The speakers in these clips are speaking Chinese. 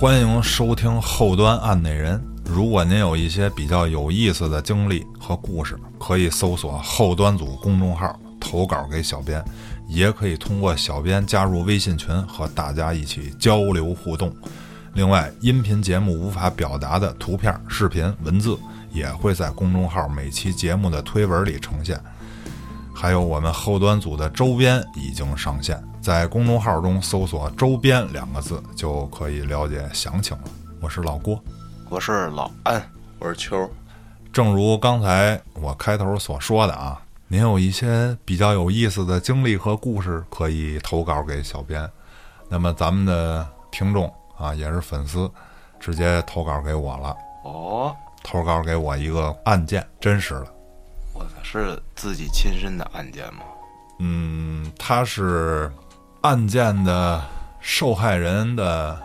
欢迎收听后端案内人。如果您有一些比较有意思的经历和故事，可以搜索“后端组”公众号投稿给小编，也可以通过小编加入微信群和大家一起交流互动。另外，音频节目无法表达的图片、视频、文字也会在公众号每期节目的推文里呈现。还有我们后端组的周边已经上线，在公众号中搜索“周边”两个字就可以了解详情了。我是老郭，我是老安，我是秋儿。正如刚才我开头所说的啊，您有一些比较有意思的经历和故事可以投稿给小编，那么咱们的听众啊也是粉丝，直接投稿给我了，哦，投稿给我一个案件，真实的。我操，是自己亲身的案件吗？嗯，他是案件的受害人的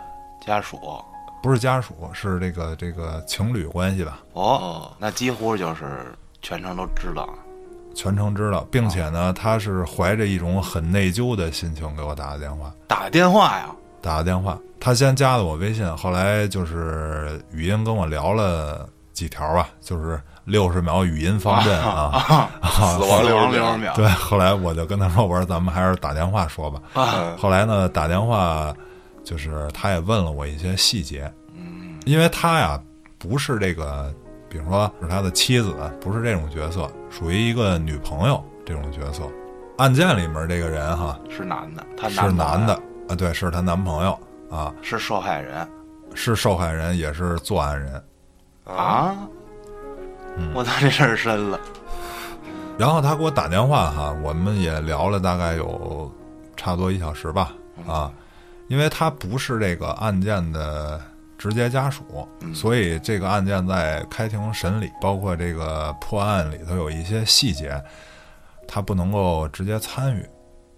家属？哦不是家属，是这个这个情侣关系吧？哦，那几乎就是全程都知道。全程知道，并且呢，他是怀着一种很内疚的心情给我打的电话，打电话呀？打的电话。他先加了我微信，后来就是语音跟我聊了几条吧，就是六十秒语音方阵啊。 死亡六十秒。对，后来我就跟他说，我说咱们还是打电话说吧。啊，后来呢，打电话就是他也问了我一些细节，嗯，因为他呀不是这个，比如说是他的妻子，不是这种角色，属于一个女朋友这种角色。案件里面这个人哈是男的，他是男男的，啊，对，是她男朋友啊，是受害人是受害人也是作案人。啊？嗯我操，这事儿深了。然后他给我打电话哈，我们也聊了大概有差不多一小时吧嗯啊，因为他不是这个案件的直接家属，嗯所以这个案件在开庭审理，包括这个破案里头有一些细节，他不能够直接参与，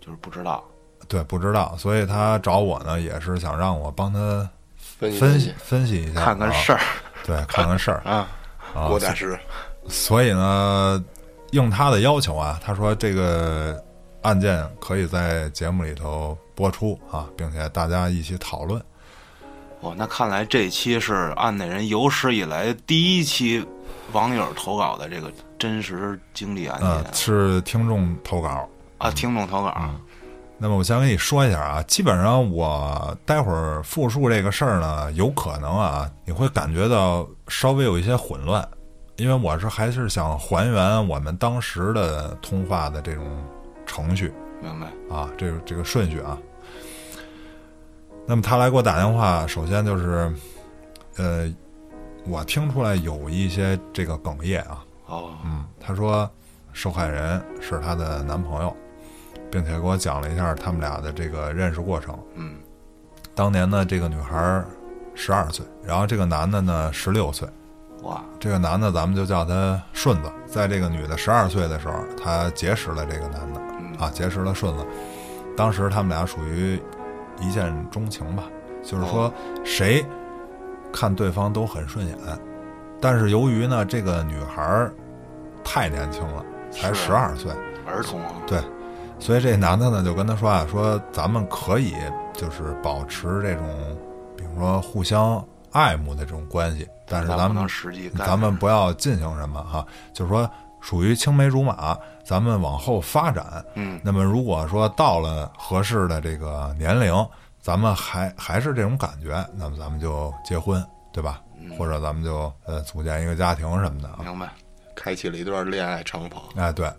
就是不知道。对，不知道，所以他找我呢，也是想让我帮他分析分析分析一下，看看事儿、儿对，看看事儿。嗯啊，啊郭大师，所以呢，应他的要求啊，他说这个案件可以在节目里头播出啊，并且大家一起讨论。哦，那看来这期是案内人有史以来第一期网友投稿的这个真实经历案嗯，件是听众投稿。啊，听众投稿嗯那么我先跟你说一下啊，基本上我待会儿复述这个事儿呢，有可能啊，你会感觉到稍微有一些混乱，因为我是还是想还原我们当时的通话的这种程序。明白？啊，这个这个顺序啊。那么他来给我打电话，首先就是，呃，我听出来有一些这个哽咽啊，哦，嗯，他说受害人是她的男朋友，并且给我讲了一下他们俩的这个认识过程。嗯，当年呢，这个女孩十二岁，然后这个男的呢十六岁，哇，这个男的咱们就叫他顺子，在这个女的十二岁的时候，他结识了这个男的，嗯啊，结识了顺子。当时他们俩属于一见钟情吧，就是哦说谁看对方都很顺眼。但是由于呢，这个女孩儿太年轻了，才十是啊二岁，儿童啊，对，所以这男的呢就跟他说啊，说咱们可以就是保持这种，比如说互相爱慕的这种关系，但是咱咱不能们实际干咱们不要进行什么哈、就是说属于青梅竹马，咱们往后发展。嗯，那么如果说到了合适的这个年龄，咱们还还是这种感觉，那么咱们就结婚，对吧？嗯或者咱们就呃组建一个家庭什么的啊。明白？开启了一段恋爱长跑。哎，对。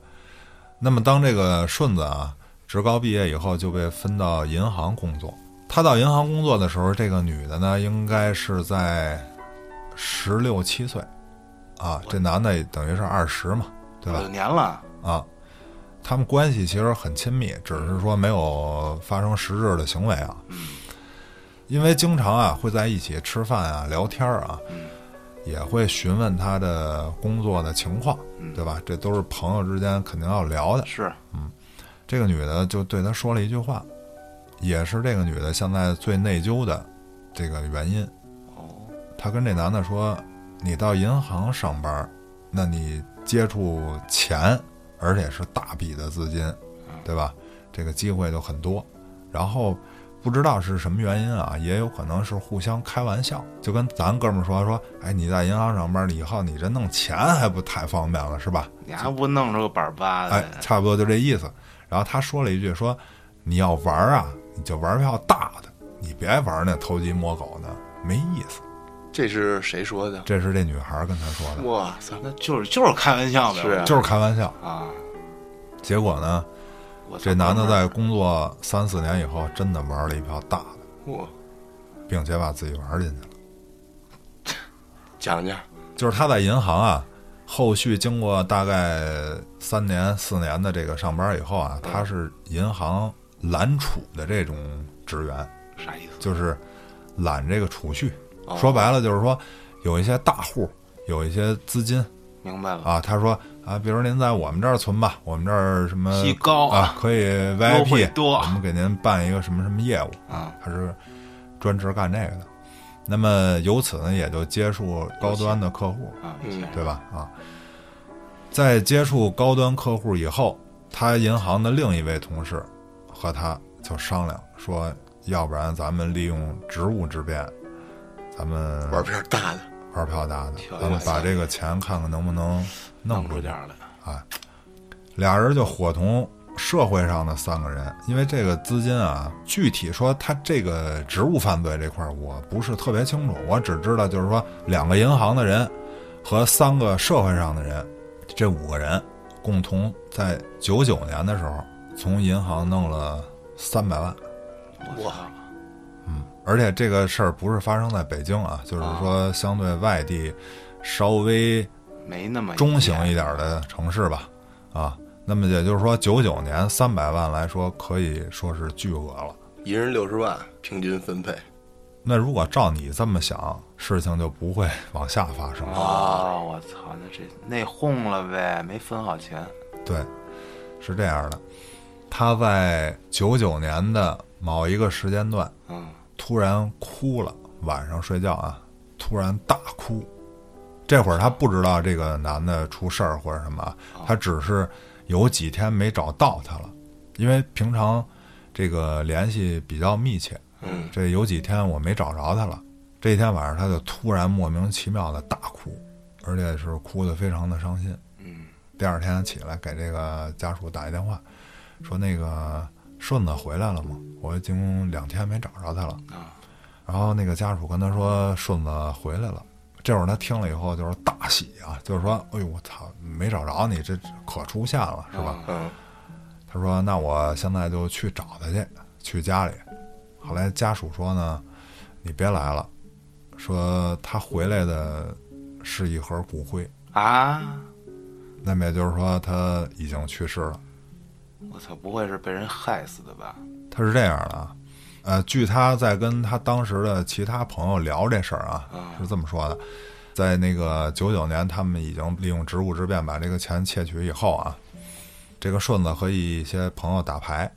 那么当这个顺子啊，职高毕业以后就被分到银行工作。他到银行工作的时候，这个女的呢，应该是在十六七岁，啊，这男的等于是二十嘛，对吧有？呃年了，啊，他们关系其实很亲密，只是说没有发生实质的行为啊。因为经常啊会在一起吃饭啊、聊天儿啊，也会询问他的工作的情况，对吧？这都是朋友之间肯定要聊的。是这个女的就对他说了一句话，也是这个女的现在最内疚的这个原因。哦，她跟这男的说：“你到银行上班，那你接触钱，而且是大笔的资金，对吧？这个机会就很多。然后不知道是什么原因啊，也有可能是互相开玩笑，就跟咱哥们儿说说，哎，你在银行上班，以后你这弄钱还不太方便了，是吧？你还不弄着个板儿吧哎，的？差不多就这意思。然后他说了一句说，你要玩儿啊，你就玩票大的，你别玩那偷鸡摸狗的，没意思。这是谁说的？这是这女孩儿跟他说的，哇塞，那就是就是开玩笑呗。是 啊就是开玩笑。啊，结果呢，我操这男的哥们儿在工作三四年以后，真的玩了一票大的，哇，并且把自己玩进去了。讲讲，就是他在银行啊，后续经过大概三年四年的这个上班以后啊，他是银行揽储的这种职员，啥意思？就是揽这个储蓄。哦说白了就是说，有一些大户有一些资金明白了，啊，他说啊，比如您在我们这儿存吧，我们这儿什么息高啊，可以优惠 VIP，多我们给您办一个什么什么业务。啊，他是专职干这个的。那么由此呢，也就接触高端的客户，啊，嗯对吧？啊，在接触高端客户以后，他银行的另一位同事和他就商量说，要不然咱们利用职务之便，咱们玩片大的，玩票大的，挑战咱们把一下这个钱看看能不能弄弄出出去点。儿来，俩人就伙同社会上的三个人，因为这个资金啊，具体说他这个职务犯罪这块儿我不是特别清楚，我只知道就是说两个银行的人和三个社会上的人，这五个人共同在九九年的时候从银行弄了三百万，我操，而且这个事儿不是发生在北京啊，就是说相对外地稍微没那么中型一点儿的城市吧，啊，那么也就是说，九九年三百万来说，可以说是巨额了。一人六十万，平均分配那如果照你这么想，事情就不会往下发生了。啊！我操，那这内讧了呗，没分好钱，对，是这样的，他在九九年的某一个时间段嗯，突然哭了，晚上睡觉啊，突然大哭。这会儿他不知道这个男的出事儿或者什么啊，他只是有几天没找到他了，因为平常这个联系比较密切。嗯，这有几天我没找着他了，这一天晚上他就突然莫名其妙的大哭，而且是哭得非常的伤心。嗯，第二天起来给这个家属打一电话，说那个顺子回来了吗？我已经两天没找着他了。啊，然后那个家属跟他说顺子回来了。这会儿他听了以后就是大喜啊，就是说，哎呦我操，没找着你，这可出现了是吧？嗯，他说那我现在就去找他去，去家里。后来家属说呢，你别来了，说他回来的是一盒骨灰，啊！那么也就是说他已经去世了。我操，不会是被人害死的吧？他是这样的啊，呃，据他在跟他当时的其他朋友聊这事儿啊，是这么说的，在那个九九年，他们已经利用职务之便把这个钱窃取以后啊，这个顺子和一些朋友打牌，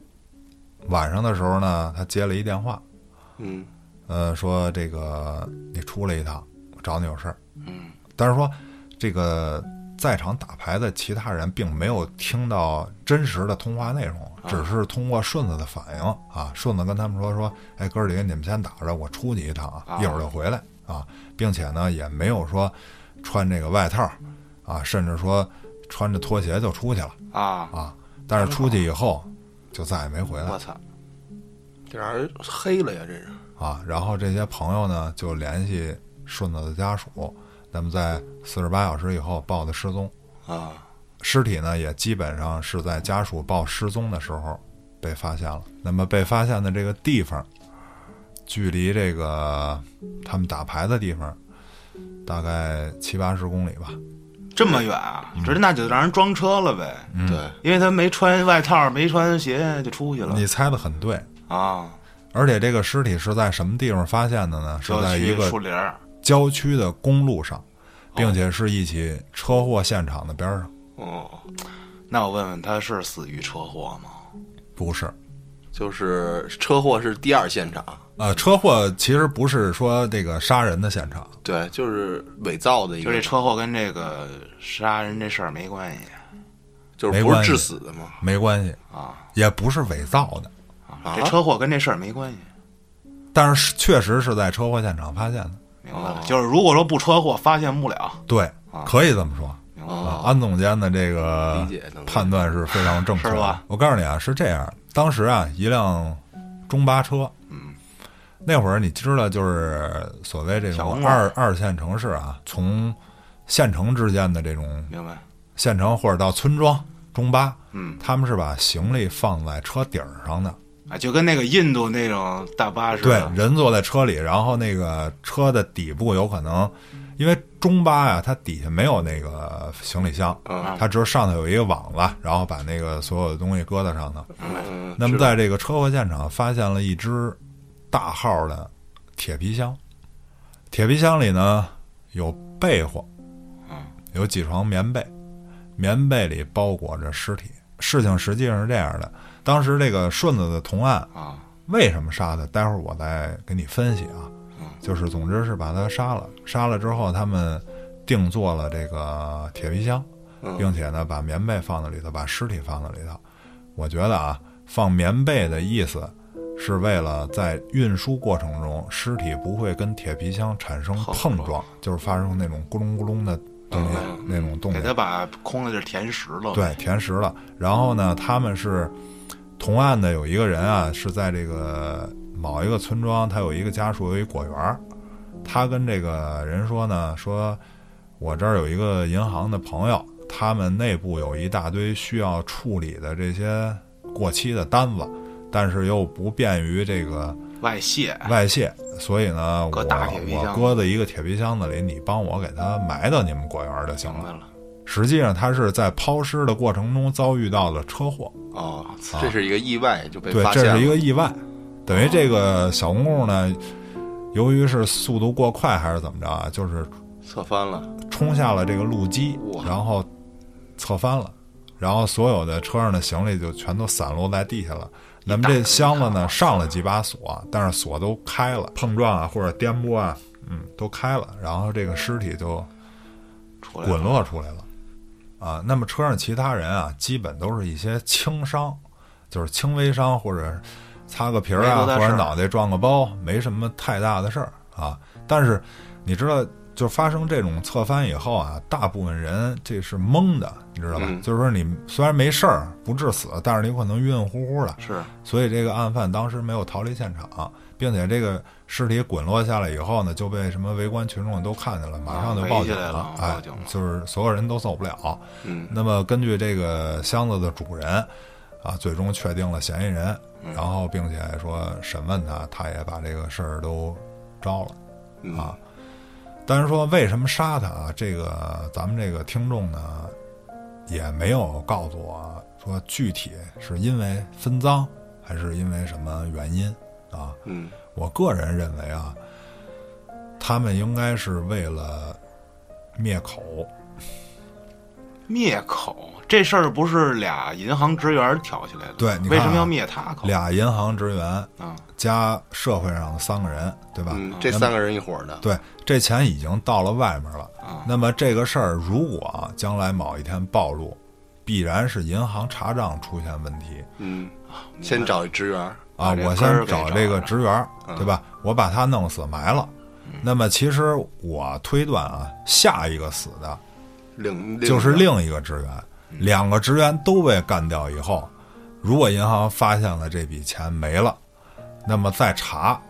晚上的时候呢，他接了一电话，嗯，呃，说这个你出来一趟，我找你有事儿。嗯，但是说这个在场打牌的其他人并没有听到真实的通话内容，啊只是通过顺子的反应啊，顺子跟他们说说，哎，哥儿几个你们先打着，我出去一趟啊，啊一会儿就回来啊，并且呢也没有说穿这个外套啊，甚至说穿着拖鞋就出去了啊！啊，但是出去以后就再也没回来我。操，这让人黑了呀，这是，啊，然后这些朋友呢就联系顺子的家属，那么在四十八小时以后报的失踪，啊，尸体呢也基本上是在家属报失踪的时候被发现了。那么被发现的这个地方，距离这个他们打牌的地方大概七八十公里吧。这么远啊！嗯直接那就让人装车了呗，对，因为他没穿外套，没穿鞋就出去了你猜的很对，啊！而且这个尸体是在什么地方发现的呢？是郊在一区个树林哦儿，郊区的公路上，并且是一起车祸现场的边上。哦，那我问问他是死于车祸嗯吗？不是，就是车祸是第二现场，呃，车祸其实不是说这个杀人的现场，对，就是伪造的一就个，这车祸跟这个杀人这事儿没关系就是没不关系是致死的嘛，没关系，啊也不是伪造的，啊啊！这车祸跟这事儿没关系但是确实是在车祸现场发现的。明白哦了，就是如果说不车祸，发现不了，对，可以这么说。明白了，啊哦，安总监的这个理解能力判断是非常正确是的吧。我告诉你啊，是这样，当时啊，一辆中巴车，嗯，那会儿你知道，就是所谓这小种公路二二线城市啊，从县城之间的这种明白，县城或者到村庄中巴，嗯，他们是把行李放在车顶儿上的，啊，就跟那个印度那种大巴似对的，，人坐在车里，然后那个车的底部有可能，因为中巴呀、它底下没有那个行李箱，嗯它只有上头有一个网子，然后把那个所有的东西搁在上头。嗯，那么是在这个车祸现场发现了一只大号的铁皮箱，铁皮箱里呢有被窝，有几床棉被，棉被里包裹着尸体。事情实际上是这样的，当时这个顺子的同案啊，为什么杀的？待会儿我再给你分析啊。就是总之是把他杀了，杀了之后他们定做了这个铁皮箱，并且呢把棉被放在里头，把尸体放在里头。我觉得啊，放棉被的意思是为了在运输过程中尸体不会跟铁皮箱产生碰碰撞，就是发生那种咕隆咕隆的动静，那种动给静。他把空的地儿填实了，，对，填实了。然后呢，他们是同案的有一个人啊，是在这个某一个村庄，他有一个家属有一果园儿，他跟这个人说呢，说我这儿有一个银行的朋友，他们内部有一大堆需要处理的这些过期的单子，但是又不便于这个外泄，外泄，所以呢，我哎搁大铁皮我箱搁在一个铁皮箱子里，你帮我给它埋到你们果园儿就行明了白。了，实际上他是在抛尸的过程中遭遇到了车祸，哦，这是一个意外就被啊对发，现这了，哦是一个意外。等于这个小公公呢，由于是速度过快还是怎么着啊，就是侧翻了，冲下了这个路基，哇然后侧翻了，然后所有的车上的行李就全都散落在地下了。那么这箱子呢，上了几把锁，但是锁都开了，碰撞啊或者颠簸啊，嗯，都开了，然后这个尸体就出来了滚，落出来了，啊，那么车上其他人啊，基本都是一些轻伤，就是轻微伤或者擦个皮儿啊，或没多大事儿者脑袋撞个包，没什么太大的事儿啊。但是你知道，就发生这种侧翻以后啊，大部分人这是懵的，你知道吧？嗯就是说你虽然没事儿，不致死，但是你可能晕晕乎乎的，是所以这个案犯当时没有逃离现场，并且这个尸体滚落下来以后呢，就被什么围观群众都看见了，马上就报警啊围起来了哎报警了，就是所有人都受不了。嗯，那么根据这个箱子的主人啊，最终确定了嫌疑人，嗯然后并且说审问他，他也把这个事儿都招了。嗯啊但是说为什么杀他啊？这个咱们这个听众呢，也没有告诉我说具体是因为分赃还是因为什么原因啊。嗯，我个人认为啊，他们应该是为了灭口，灭口。这事儿不是俩银行职员挑起来的？对你看啊为什么要灭他嗯口？俩银行职员啊，加社会上的三个人，对吧？嗯，这三个人一伙儿的，对，这钱已经到了外面了。啊那么这个事儿如果啊将来某一天暴露，必然是银行查账出现问题嗯，先找职员，啊。把这我根儿先给找找这个着职员儿，嗯对吧？我把他弄死埋了。嗯那么其实我推断啊，下一个死的另就是另一个职员，两个职员都被干掉以后，如果银行发现了这笔钱没了，那么再查，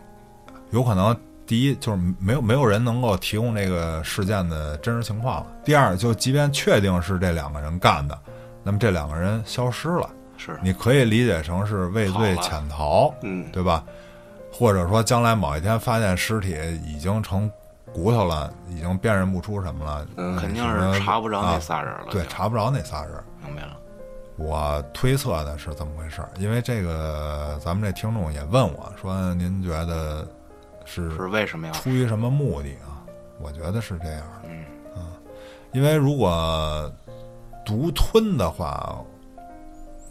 有可能第一就是没有没有人能够提供这个事件的真实情况了；第二，就即便确定是这两个人干的，那么这两个人消失了，是你可以理解成是畏罪跑了潜逃，嗯对吧？或者说将来某一天发现尸体已经成骨头了，已经辨认不出什么了，嗯肯定什么是查不着啊那仨人了。对，就查不着那仨人。明白了。我推测的是这么回事儿，因为这个咱们这听众也问我说，您觉得是是为什么要？出于什么目的啊？我觉得是这样的，嗯因为如果独吞的话，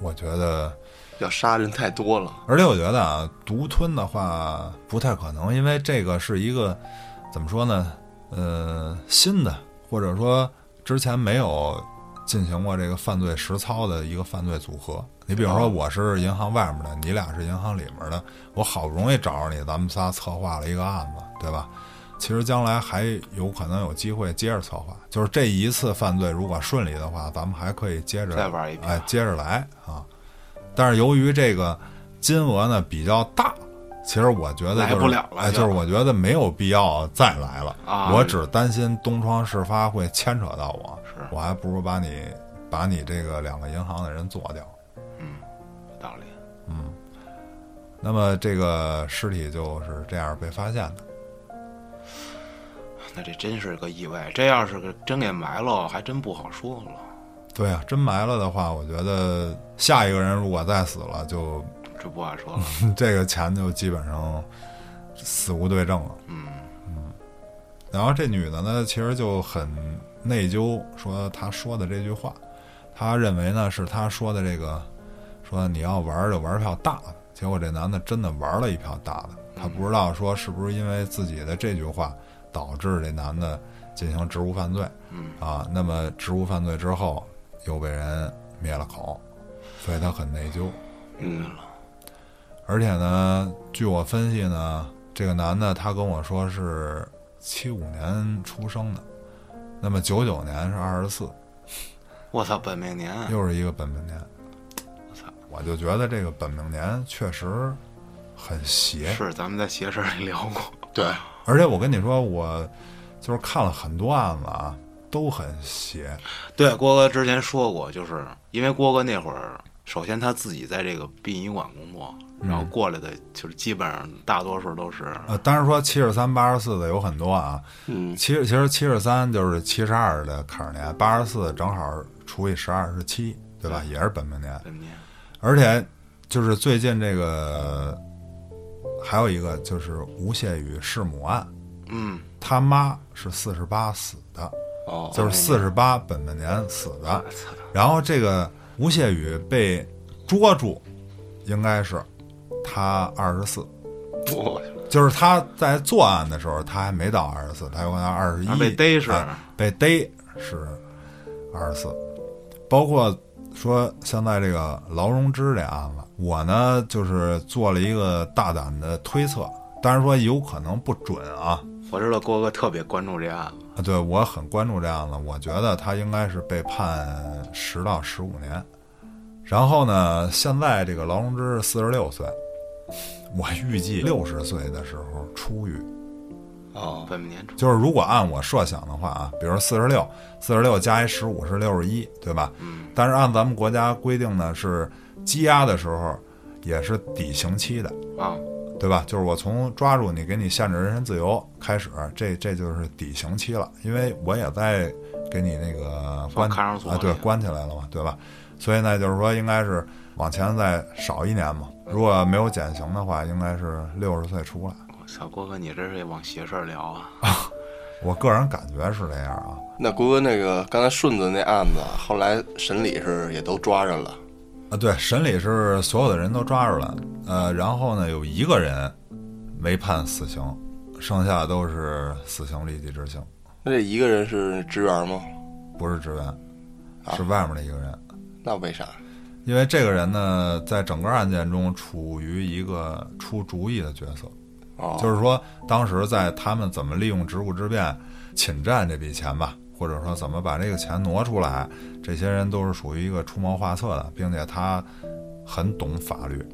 我觉得，要杀人太多了，而且我觉得啊，独吞的话不太可能，因为这个是一个怎么说呢？呃，新的或者说之前没有进行过这个犯罪实操的一个犯罪组合。你比如哦说，我是银行外面的，你俩是银行里面的，我好不容易找着你，咱们仨策划了一个案子，对吧？其实将来还有可能有机会接着策划，就是这一次犯罪如果顺利的话，咱们还可以接着再玩一遍哎，接着来啊。但是由于这个金额呢比较大，其实我觉得、就是、来不了了哎，就就是我觉得没有必要再来了。啊我只担心东窗事发会牵扯到我，是我还不如把你把你这个两个银行的人做掉。有道理。那么这个尸体就是这样被发现的。那这真是个意外，这要是个真给埋了，还真不好说了，对啊，真埋了的话，我觉得下一个人如果再死了，就这不好说了。这个钱就基本上死无对证了。嗯，然后这女的呢，其实就很内疚，说她说的这句话，她认为呢是她说的这个，说你要玩儿就玩儿票大的。结果这男的真的玩了一票大的，嗯他不知道说是不是因为自己的这句话导致这男的进行职务犯罪，嗯啊，那么职务犯罪之后又被人灭了口，所以他很内疚。嗯，而且呢，据我分析呢，这个男的他跟我说是七五年出生的，那么九九年是二十四，我操，本命年，啊又是一个本命年。我操，我就觉得这个本命年确实很邪，是咱们在邪事儿里聊过， 对，而且我跟你说，我就是看了很多案子啊，都很邪。对，郭哥之前说过，就是因为郭哥那会儿，首先他自己在这个殡仪馆工作，然嗯后过来的就是基本上大多数都是呃，当然说七十三、八十四的有很多啊，嗯，七其实七十三就是七十二的坎儿年，八十四正好除以十二是七，对吧？也是本命年。本命年，而且就是最近这个还有一个就是吴谢宇弑母案，嗯，他妈是四十八死的，哦，就是四十八本命年死的。然后这个吴谢宇被捉住，应该是他二十四，我就是他在作案的时候他还没到二十四，他有可能二十一他被逮是哎被逮是二十四，包括说现在这个劳荣枝这案子，我呢就是做了一个大胆的推测，当然说有可能不准啊，我知道郭哥特别关注这案子，啊对我很关注这案子，我觉得他应该是被判十到十五年。然后呢，现在这个劳荣枝四十六岁，我预计六十岁的时候出狱。哦，本命年出，就是如果按我设想的话啊，比如四十六，四十六加一十五是六十一，对吧？嗯。但是按咱们国家规定呢，是羁押的时候也是抵刑期的，啊，对吧？就是我从抓住你，给你限制人身自由开始，这这就是抵刑期了，因为我也在给你那个关放看守所啊，对，里关起来了嘛，对吧？所以呢，就是说应该是往前再少一年嘛。嗯如果没有减刑的话，应该是六十岁出来。我操，郭哥你这是往邪事儿聊啊？我个人感觉是这样啊。那郭哥那个刚才顺子那案子，后来审理是也都抓着了，啊，对，审理是所有的人都抓住了，呃，然后呢，有一个人没判死刑，剩下都是死刑立即执行，那这一个人是职员吗？不是职员，是外面的一个人。那为啥？因为这个人呢，在整个案件中处于一个出主意的角色，哦，就是说，当时在他们怎么利用职务之便侵占这笔钱吧，或者说怎么把这个钱挪出来，这些人都是属于一个出谋划策的，并且他很懂法律。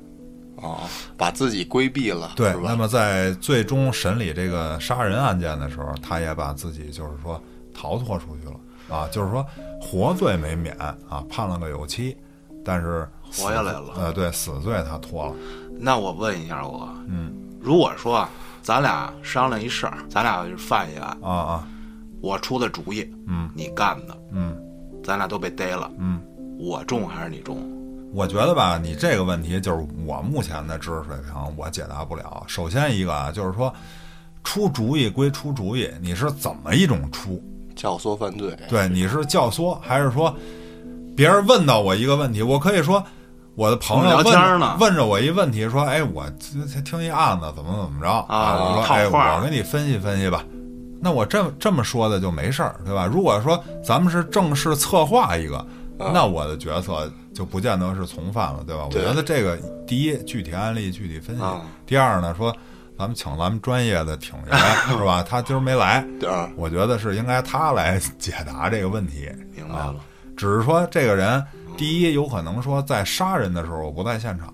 哦，把自己规避了，对是，那吧？么在最终审理这个杀人案件的时候，他也把自己就是说逃脱出去了啊，就是说活罪没免啊，判了个有期，但是死活下来了呃，对，死罪他脱了。那我问一下我，嗯，如果说啊咱俩商量一事儿，咱俩犯一案，啊啊，我出的主意，嗯，你干的，嗯，咱俩都被逮了，嗯，我中还是你中？我觉得吧，你这个问题就是我目前的知识水平我解答不了。首先一个啊，就是说出主意归出主意，你是怎么一种出？教唆犯罪，对，你是教唆还是说别人问到我一个问题，我可以说我的朋友聊天儿呢问问着我一问题，说哎，我今天听一案子怎么怎么着啊我说套哎，话儿我给你分析分析吧。那我这么这么说的就没事儿，对吧？如果说咱们是正式策划一个，那我的角色就不见得是从犯了，对吧？啊对我觉得这个第一具体案例具体分析，啊第二呢说咱们请咱们专业的挺 爷是吧？他今儿没来，对啊，我觉得是应该他来解答这个问 题。明白了，啊只是说这个人，第一有可能说在杀人的时候我不在现场，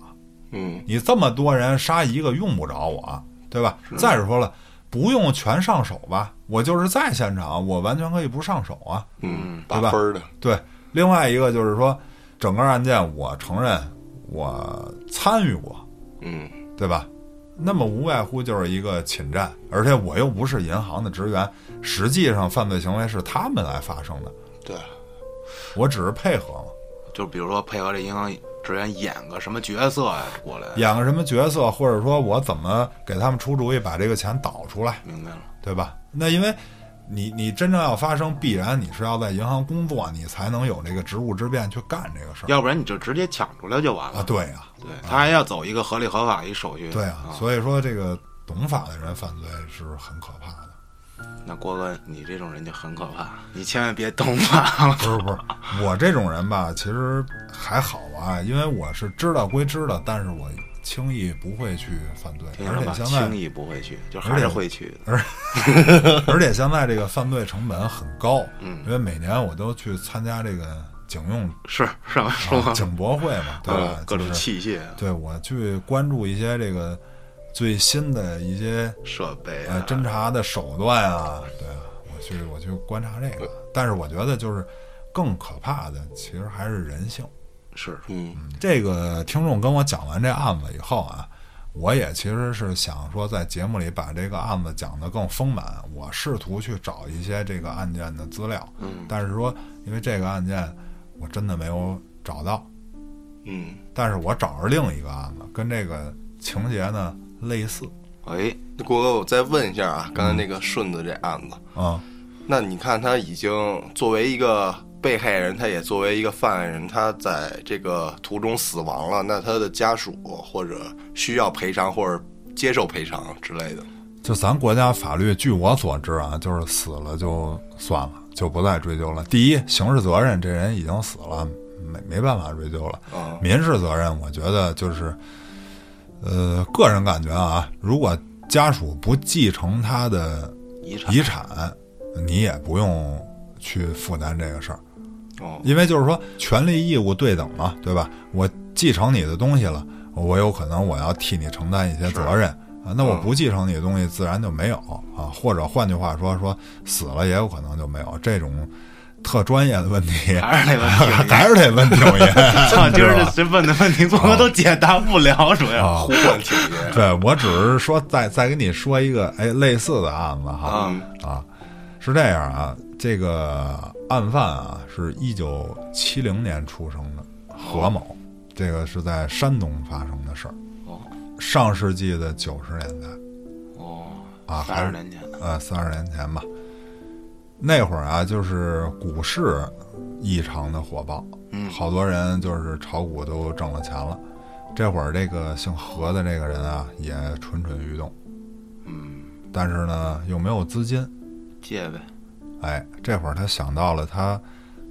嗯，你这么多人杀一个用不着我，对吧？再者说了，不用全上手吧，我就是在现场，我完全可以不上手啊。嗯，对打吧分儿的，对，另外一个就是说，整个案件我承认我参与过，嗯，对吧？那么无外乎就是一个侵占，而且我又不是银行的职员，实际上犯罪行为是他们来发生的，对，我只是配合嘛。就比如说配合这银行职员演个什么角色呀、过 来，演个什么角色，或者说我怎么给他们出主意把这个钱导出来，明白了，对吧？那因为你你真正要发生，必然你是要在银行工作，你才能有这个职务之便去干这个事儿要不然你就直接抢出来就完了。啊。对呀、对他还要走一个合理合法一手续。啊对呀、所以说这个懂法的人犯罪是很可怕的。那郭哥，你这种人就很可怕，你千万别动他。 不是不是，我这种人吧，其实还好啊，因为我是知道归知道，但是我轻易不会去犯罪，听而着吧，且现轻在易不会去，就还是会去的。 而且现在这个犯罪成本很高，嗯因为每年我都去参加这个警用是是吧？说啊警博会嘛，对吧？嗯各种就是器械、对我去关注一些这个最新的一些设备呃啊，侦查的手段啊，对啊，我去我去观察这个，但是我觉得就是更可怕的其实还是人性。是嗯，这个听众跟我讲完这案子以后啊，我也其实是想说，在节目里把这个案子讲得更丰满。我试图去找一些这个案件的资料，嗯但是说因为这个案件我真的没有找到，嗯，但是我找着另一个案子，跟这个情节呢类似哎，那郭哥，我再问一下啊，刚才那嗯个顺子这案子，啊、那你看他已经作为一个被害人，他也作为一个犯人，他在这个途中死亡了，那他的家属或者需要赔偿或者接受赔偿之类的，就咱国家法律，据我所知啊，就是死了就算了，就不再追究了。第一，刑事责任这人已经死了，没没办法追究了。啊民事责任，我觉得就是，呃，个人感觉啊，如果家属不继承他的遗产遗产，你也不用去负担这个事儿，哦，因为就是说权利义务对等嘛，对吧？我继承你的东西了，我有可能我要替你承担一些责任。啊，那我嗯不继承你的东西，自然就没有啊。或者换句话说，说死了也有可能就没有这种特专业的问题， 还是那问题。还是得问挺爷。 操，今儿是这吧这问的问题，我都解答不了，主要。 啊呼唤挺爷，对我只是说再再跟你说一个哎类似的案子哈嗯啊，是这样啊，这个案犯啊是一九七零年出生的哦何某，这个是在山东发生的事儿，哦上世纪的九十年代，哦，啊三十年前的，呃，三十年前吧，那会儿啊就是股市异常的火爆，嗯，好多人就是炒股都挣了钱了，这会儿这个姓何的这个人啊也蠢蠢欲动。嗯，但是呢又没有资金，借呗，哎，这会儿他想到了他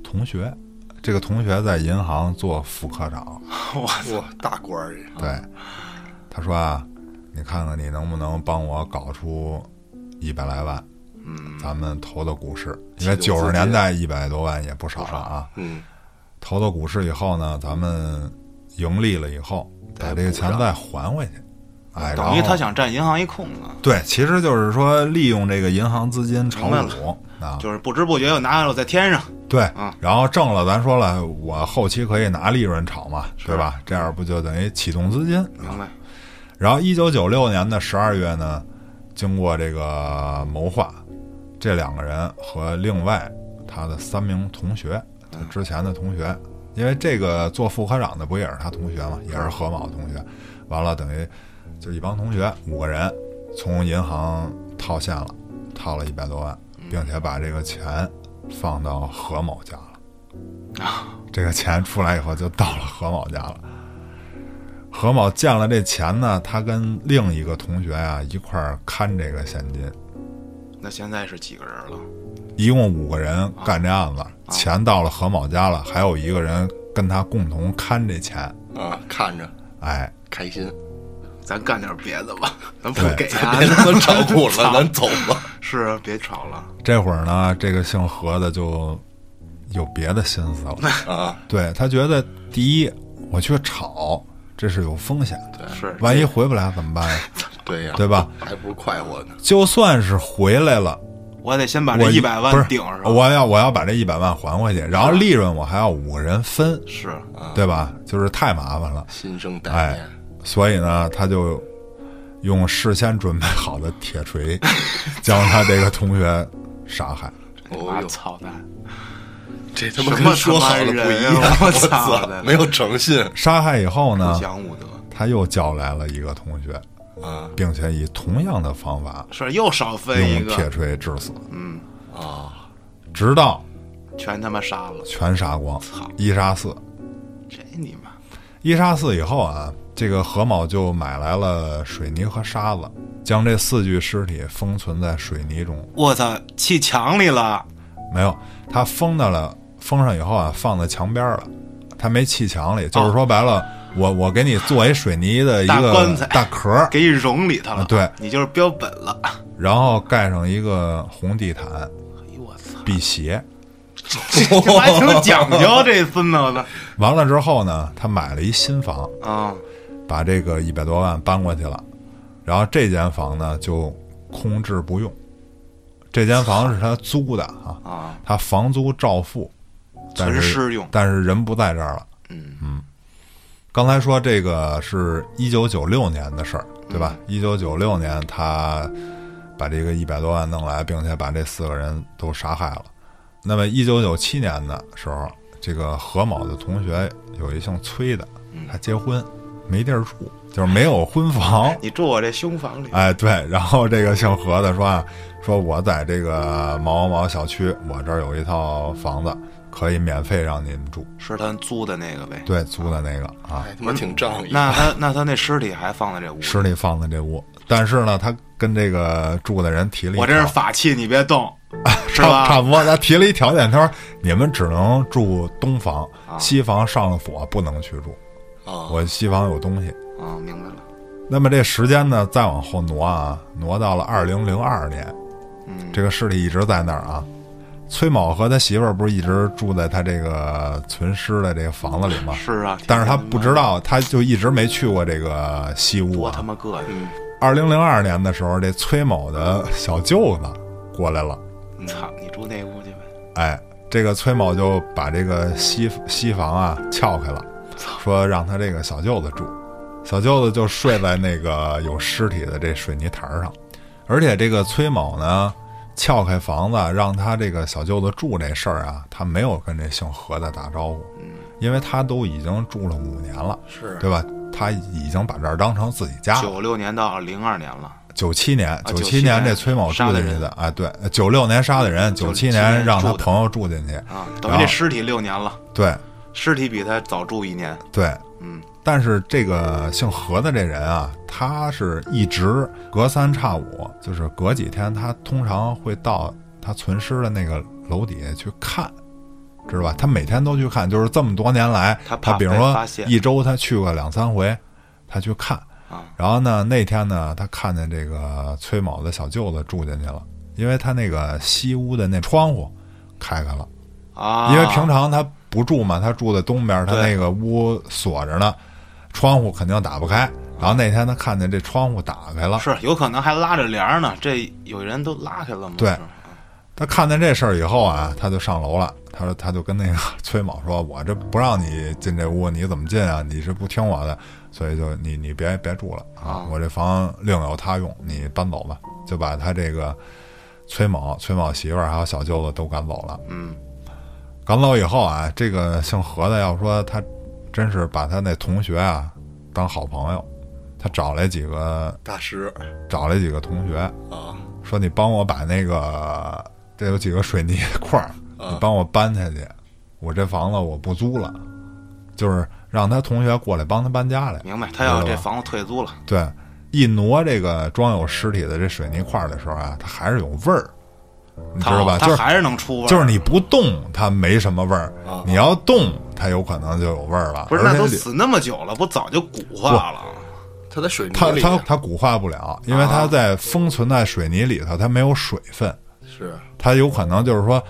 同学，这个同学在银行做副科长，哇，大官儿，对，他说啊，你看看你能不能帮我搞出一百来万，嗯，咱们投到股市，因为启动啊九十资金年代一百多万也不少了啊。嗯，投到股市以后呢，咱们盈利了以后，把这个钱再还回去，哎，然等于后他想占银行一空啊子，对，其实就是说利用这个银行资金炒明白股啊，就是不知不觉又拿到了在天上，对，嗯然后挣了，咱说了，我后期可以拿利润炒嘛，是嗯对吧？这样不就等于启动资金？明白？然后一九九六年的十二月呢，经过这个谋划，这两个人和另外他的三名同学，他之前的同学，因为这个做副科长的不也是他同学嘛，也是何某同学，完了等于就一帮同学五个人从银行套现了，套了一百多万，并且把这个钱放到何某家了。啊，这个钱出来以后就到了何某家了。何某见了这钱呢，他跟另一个同学啊一块儿看这个现金，那现在是几个人了？一共五个人干这案子，啊钱到了何某家了，还有一个人跟他共同看这钱。啊，看着哎，开心， 咱干点别的吧，咱不对给咱他别呢。他妈找 我 了，咱走吧。是啊，别吵了。这会儿呢，这个姓何的就有别的心思 了。啊，对他觉得，第一，我去吵，这是有风险的，是，万一回不来怎么办 呀？对呀，对吧？还不如快活呢。就算是回来了，我得先把我这一百不是万顶上。我要我要把这一百万还回去，然后利润我还要五个人分，是啊，对吧？就是太麻烦了，心生歹哎念，，所以呢，他就用事先准备好的铁 锤将他这个同学杀害。哦呦，操蛋！这他什妈么跟说好他妈了不人一啊样，我我操操，没有诚信杀害以后不呢，讲武德，他又叫来了一个同学，啊并且以同样的方法是又少分一用铁个，锤致死，嗯，啊！直到全他妈杀了。全杀光操，一杀四。这你妈一杀四以后啊，这个何某就买来了水泥和沙子，将这四具尸体封存在水泥中。我操，砌墙里了，没有，他封到了，封上以后啊，放在墙边儿了，他没砌墙里。哦就是说白了，我我给你做一水泥的一大棺个材大壳儿，给你融里头了。啊对，你就是标本了。然后盖上一个红地毯哎呦我 操，辟邪。这还挺讲究，这孙子我操完了之后呢，他买了一新房，啊！把这个一百多万搬过去了，然后这间房呢就空置不用。这间房是他租的啊，啊，他房租照付，但存是尸用，但是人不在这儿了。嗯刚才说这个是一九九六年的事儿，对吧？嗯一九九六年他把这个一百多万弄来，并且把这四个人都杀害了。那么一九九七年的时候，这个何某的同学有一姓崔的，嗯他结婚没地儿住，就是没有婚房，你住我这凶房里，哎，对，然后这个姓何的说啊，说我在这个某某某小区，我这儿有一套房子，可以免费让你们住，是他租的那个呗。对，租的那个啊，哎，他妈挺仗义。那他那他那尸体还放在这屋里，十里放的这屋，但是呢，他跟这个住的人提了一条，我这是法器，你别动，是啊差差吧？不多，他提了一条件，他说你们只能住东房，啊西房上了锁不能去住，哦啊，我西房有东西。啊，明白了。那么这时间呢，再往后挪啊，挪到了二零零二年，嗯这个尸体一直在那儿啊。崔某和他媳妇儿不是一直住在他这个存尸的这个房子里吗？是啊，但是他不知道，他就一直没去过这个西屋多他啊。妈膈应，二零零二年的时候，这崔某的小舅子过来了，嗯操，你住那屋去呗。哎，这个崔某就把这个西西房啊撬开了，说让他这个小舅子住，小舅子就睡在那个有尸体的这水泥台上，而且这个崔某呢撬开房子让他这个小舅子住这事儿啊，他没有跟这姓何的打招呼，因为他都已经住了五年了，是对吧？他已经把这儿当成自己家了。九六年到零二年了，九七年，九97年这崔某住进去杀的的，哎，对，九六年杀的人，九七年让他住的朋友住进去，啊，等然于后这尸体六年了，对尸体比他早住一年。对，嗯，但是这个姓何的这人啊，他是一直隔三差五，就是隔几天，他通常会到他存尸的那个楼底下去看，知道吧？他每天都去看，就是这么多年来，他他怕比如被说发现一周他去过两三回，他去看。啊然后呢，那天呢，他看见这个崔某的小舅子住进去了，因为他那个西屋的那窗户开开了。啊，因为平常他不住嘛，他住在东边，他对那个屋锁着呢，窗户肯定打不开。然后那天他看见这窗户打开了，是有可能还拉着帘儿呢，这有人都拉开了吗？对是他看见这事儿以后啊，他就上楼了。他说，他就跟那个 崔某说：“我这不让你进这屋，你怎么进啊？你是不听我的，所以就你你别别住了啊啊！我这房另有他用，你搬走吧。”就把他这个崔某、崔某媳妇儿还有小舅子都赶走了。嗯，赶走以后啊，这个姓何的要说他真是把他那同学啊当好朋友，他找来几个大师找来几个同学，啊，说你帮我把那个这有几个水泥 块儿，啊你帮我搬下去，我这房子我不租了，就是让他同学过来帮他搬家来。明白。他要知道这吧房子退租了，对，一挪这个装有尸体的这水泥块儿的时候啊，它还是有味儿，你知道吧？它就是还是能出味儿，就是你不动它没什么味儿啊，你要动它有可能就有味儿了。不是而那且都里死那么久了，不早就骨化了？它在水泥它里啊它它固化不了，因为啊它在封存在水泥里头，它没有水分，是它有可能就是说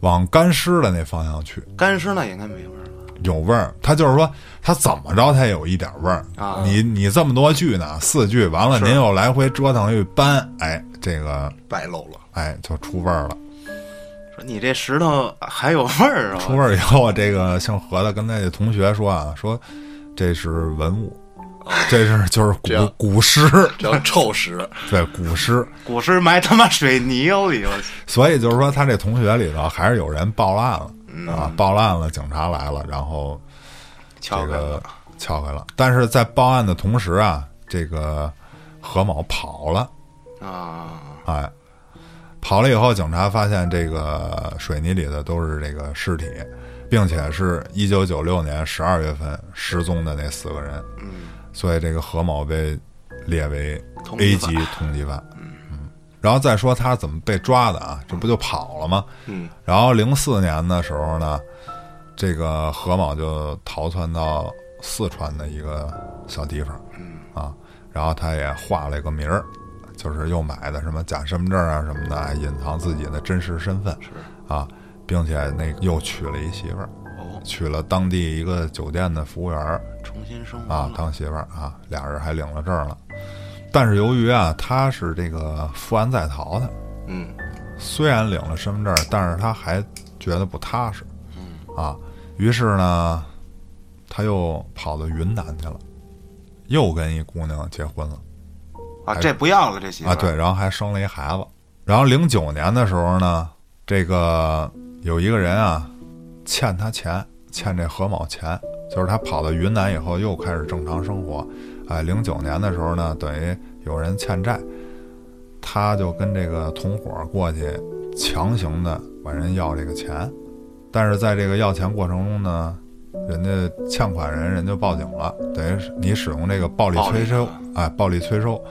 往干尸的那方向去，干尸那应该没味儿吧？有味儿。它就是说它怎么着它也有一点味儿啊你你这么多句呢，四句完了，是您又来回折腾一搬，哎，这个败露了，哎就出味儿了。说你这石头还有味儿啊？出味儿以后，这个姓何的跟他的同学说啊，说这是文物，这是就是这样古古诗，叫臭 石，对古诗。古尸埋他妈水泥里，我去所以就是说，他这同学里头还是有人报案了、嗯啊，报案了，警察来了，然后这敲开个了。撬开了。但是在报案的同时啊，这个何某跑了，啊，哎，跑了以后，警察发现这个水泥里的都是这个尸体，并且是一九九六年十二月份失踪的那四个人，嗯，所以这个何某被列为通 A 缉级犯通缉犯。嗯，然后再说他怎么被抓的啊？这不就跑了吗？嗯，然后零四年的时候呢，这个何某就逃窜到四川的一个小地方，嗯啊，然后他也画了一个名儿，就是又买的什么假身份证啊什么的，哎隐藏自己的真实身份，是啊，并且那个又娶了一媳妇儿，哦，娶了当地一个酒店的服务员儿，重新生活啊，了当媳妇儿啊，俩人还领了证了。但是由于啊，他是这个负案在逃的，嗯，虽然领了身份证，但是他还觉得不踏实，啊，于是呢，他又跑到云南去了，又跟一姑娘结婚了啊，这不要了，这媳妇啊，儿对，然后还生了一孩子。然后零九年的时候呢，这个有一个人啊，欠他钱，欠这何某钱，就是他跑到云南以后又开始正常生活。哎，零九年的时候呢，等于有人欠债，他就跟这个同伙过去强行的管人要这个钱，但是在这个要钱过程中呢，人家欠款人人就报警了，等于是你使用这个暴力暴力催收啊，哎，暴力催收，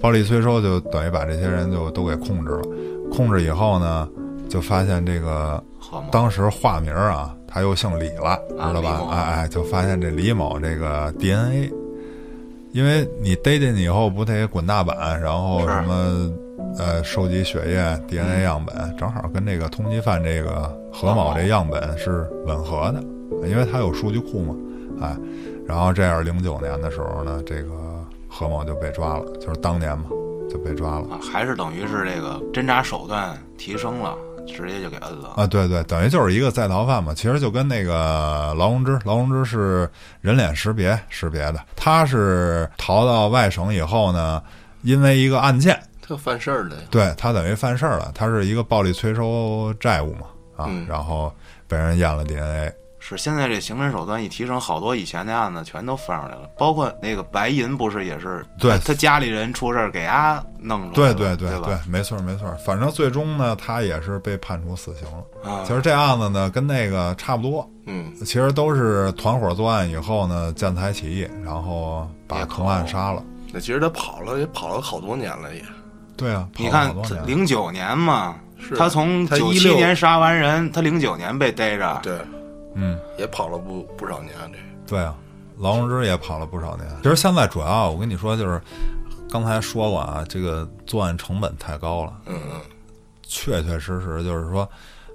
暴力催收就等于把这些人就都给控制了，控制以后呢，就发现这个好嘛，当时化名儿啊，他又姓李了，知道啊李吧某？哎哎，就发现这李某这个 DNA，因为你逮进去以后不得滚大板，然后是什么呃收集血液 DNA 样本，正好跟这个通缉犯这个何某这样本是吻合的，因为他有数据库嘛，哎，然后这样零九年的时候呢，这个何某就被抓了，就是当年嘛就被抓了。啊，还是等于是这个侦查手段提升了，直接就给摁了。啊，对对，等于就是一个在逃犯嘛，其实就跟那个劳荣枝，劳荣枝是人脸识别识别的，他是逃到外省以后呢，因为一个案件，特犯事儿的呀，对他等于犯事儿了，他是一个暴力催收债务嘛，啊，嗯然后被人验了 DNA，是现在这刑侦手段一提升，好多以前的案子全都翻出来了，包括那个白银不是也是，对他家里人出事儿给他弄出对来了，对对吧对，没错没错，反正最终呢，他也是被判处死刑了。啊其实这案子呢，跟那个差不多，嗯，其实都是团伙作案以后呢，建台起义，然后把灭同口案杀了。那其实他跑了也跑了好多年了也，对啊，你跑了看好多年了零九年嘛是，他从他九七16年杀完人，他零九年被逮着，对，嗯，也跑了不不少年这。对啊，劳荣枝也跑了不少年。其实现在主要啊我跟你说，就是刚才说过啊，这个作案成本太高了，嗯嗯，确确实实就是说，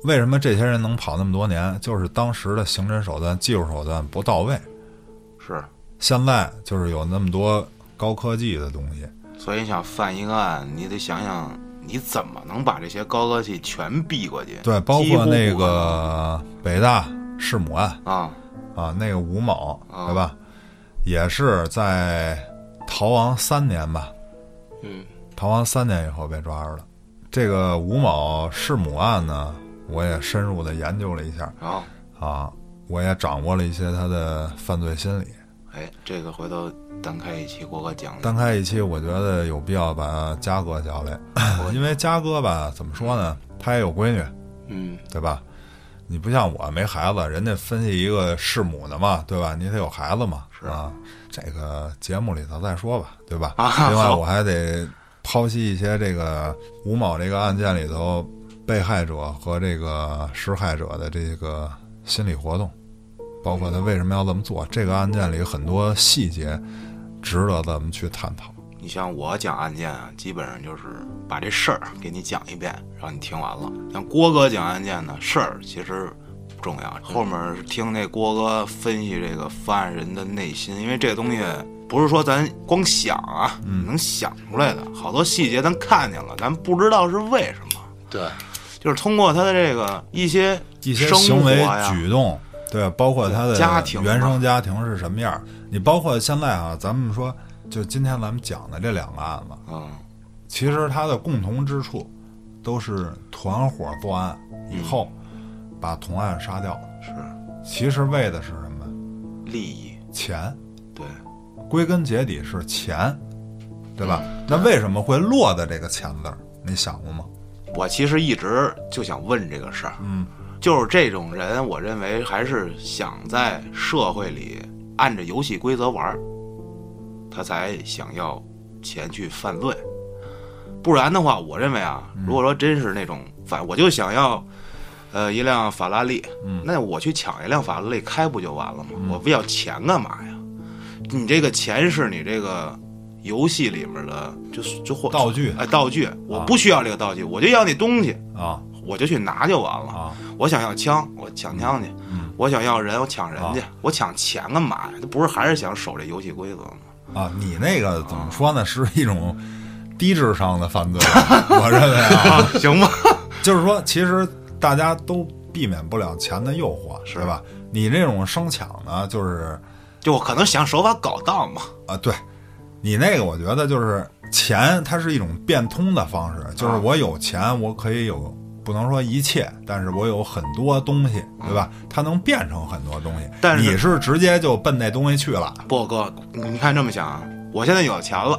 为什么这些人能跑那么多年，就是当时的刑侦手段、技术手段不到位。是，现在就是有那么多高科技的东西，所以你想犯一个案，你得想想你怎么能把这些高科技全避过去，对，包几乎括不那可能个北大弑母案啊，啊，那个吴某，啊对吧？也是在逃亡三年吧，嗯，逃亡三年以后被抓着了。这个吴某弑母案呢，我也深入的研究了一下然后啊，我也掌握了一些他的犯罪心理。哎，这个回头单开一期郭哥讲讲，单开一期，我觉得有必要把嘉哥嗯叫来，因为嘉哥吧，怎么说呢，他也有闺女，嗯，对吧？你不像我没孩子，人家分析一个弑母的嘛，对吧？你得有孩子嘛，是啊。这个节目里头再说吧，对吧？啊另外，好我还得剖析一些这个吴某这个案件里头被害者和这个施害者的这个心理活动，包括他为什么要这么做。这个案件里很多细节值得咱们去探讨。你像我讲案件啊，基本上就是把这事儿给你讲一遍，让你听完了。像郭哥讲案件呢，事儿其实不重要，后面是听那郭哥分析这个犯案人的内心，因为这东西不是说咱光想啊，嗯能想出来的，好多细节咱看见了，咱不知道是为什么，对，就是通过他的这个一些一些生行活为呀，举动，对，包括他的家庭嘛原生家庭是什么样儿。你包括现在啊，咱们说，就今天咱们讲的这两个案子，嗯，其实它的共同之处都是团伙作案嗯以后把同案杀掉了。是其实为的是什么？利益，钱，对，归根结底是钱，对吧？那为什么会落在这个钱字儿？你想过吗？我其实一直就想问这个事儿，嗯，就是这种人，我认为还是想在社会里按着游戏规则玩儿，他才想要前去犯罪。不然的话，我认为啊，如果说真是那种反，我就想要，呃，一辆法拉利，嗯那我去抢一辆法拉利开不就完了吗？我不要钱干嘛呀？你这个钱是你这个游戏里面的，就是就或道具哎，道具，我不需要这个道具，我就要那东西，啊我就去拿就完了。啊，我想要枪，我抢枪去；嗯我想要人，我抢人去；我抢钱干嘛呀？这不是还是想守这游戏规则吗？啊，你那个怎么说呢？是一种低智商的犯罪， 我认为啊，行吧？就是说，其实大家都避免不了钱的诱惑，是对吧？你这种生抢呢，就是就我可能想手法搞到嘛，啊，对你那个，我觉得就是钱，它是一种变通的方式，就是啊我有钱，我可以有。不能说一切，但是我有很多东西，对吧？它能变成很多东西。嗯但是你是直接就奔那东西去了，不哥，你看这么想啊，我现在有钱了，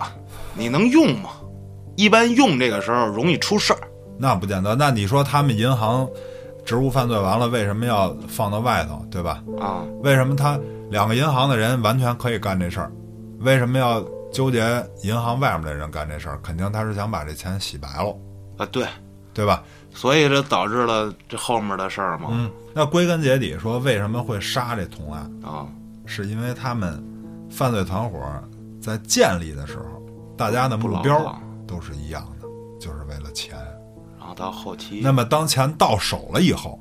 你能用吗？一般用这个时候容易出事儿，那不见得。那你说他们银行职务犯罪完了，为什么要放到外头，对吧？啊，为什么他两个银行的人完全可以干这事儿？为什么要纠结银行外面的人干这事儿？肯定他是想把这钱洗白了，啊对，对吧？所以这导致了这后面的事儿嘛，嗯，那归根结底说，为什么会杀这同案，啊，是因为他们犯罪团伙在建立的时候，大家的不目牢标靠都是一样的，就是为了钱。然后到后期那么当钱到手了以后，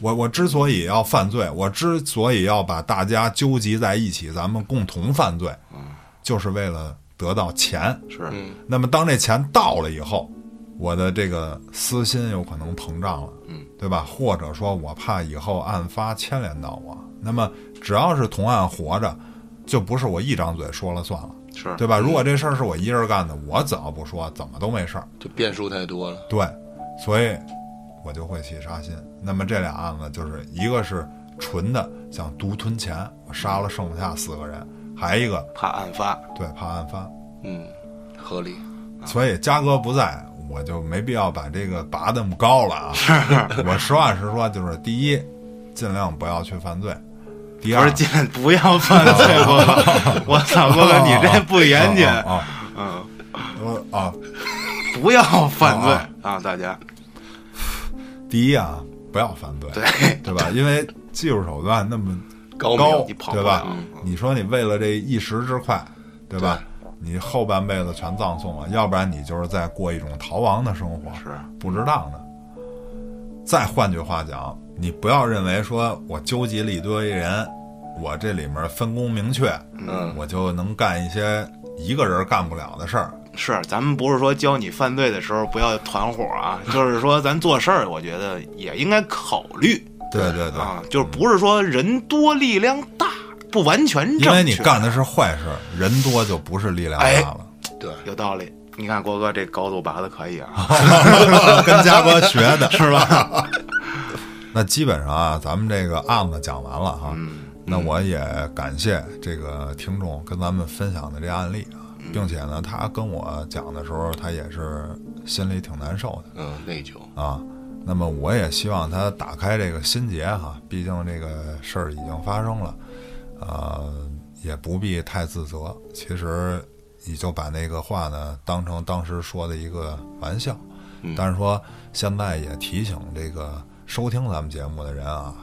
我我之所以要犯罪，我之所以要把大家纠集在一起，咱们共同犯罪，就是为了得到钱。是嗯，那么当这钱到了以后，我的这个私心有可能膨胀了，嗯，对吧？或者说我怕以后案发牵连到我，那么只要是同案活着，就不是我一张嘴说了算了，是，对吧？如果这事儿是我一人干的，我只要不说，怎么都没事儿。就变数太多了。对，所以我就会起杀心。那么这俩案子就是一个是纯的想独吞钱，我杀了剩下四个人，还一个怕案发，对怕案发，啊嗯，合理。所以嘉哥不在，我就没必要把这个拔那么高了 啊。我实话实说，就是第一，尽量不要去犯罪；第不二是，进来不要犯罪，我我操，哥哥，你这不 严谨，啊啊嗯，我啊，不要犯罪啊，大家第一啊，不要犯罪，对，对吧？因为技术手段那么高高你跑不啊对吧了？你说你为了这一时之快，对吧？你后半辈子全葬送了，要不然你就是在过一种逃亡的生活，是不值当的。再换句话讲，你不要认为说我纠集了一堆人，我这里面分工明确，嗯，我就能干一些一个人干不了的事儿。是，咱们不是说教你犯罪的时候不要团伙啊，就是说咱做事儿，我觉得也应该考虑对对对，啊，就是不是说人多力量大，不完全正确，因为你干的是坏事，人多就不是力量哎大了。对，有道理。你看郭哥这高度拔的可以啊， 跟嘉哥学的 是吧？那基本上啊，咱们这个案子讲完了哈。那我也感谢这个听众跟咱们分享的这案例啊，并且呢，他跟我讲的时候，他也是心里挺难受嗯，内疚。的啊。那么我也希望他打开这个心结哈，毕竟这个事儿已经发生了，呃，也不必太自责。其实你就把那个话呢当成当时说的一个玩笑，但是说现在也提醒这个收听咱们节目的人啊，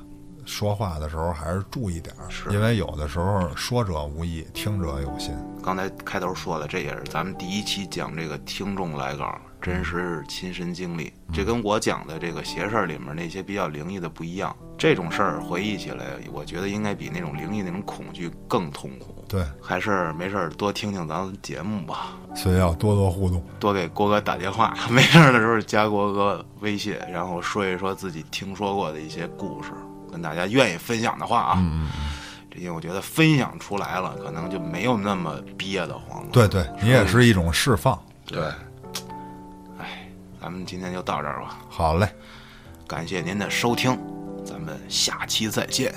说话的时候还是注意点儿，因为有的时候说者无意，听者有心。刚才开头说的，这也是咱们第一期讲这个听众来稿，真实亲身经历。嗯这跟我讲的这个邪事儿里面那些比较灵异的不一样。这种事儿回忆起来，我觉得应该比那种灵异那种恐惧更痛苦。对，还是没事儿多听听咱们节目吧，所以要多多互动。多给郭哥打电话，没事儿的时候加郭哥微信，然后说一说自己听说过的一些故事，跟大家愿意分享的话啊。嗯嗯嗯，这些我觉得分享出来了，可能就没有那么憋得慌了。对对，你也是一种释放。对，哎咱们今天就到这儿吧，好嘞。感谢您的收听，咱们下期再见。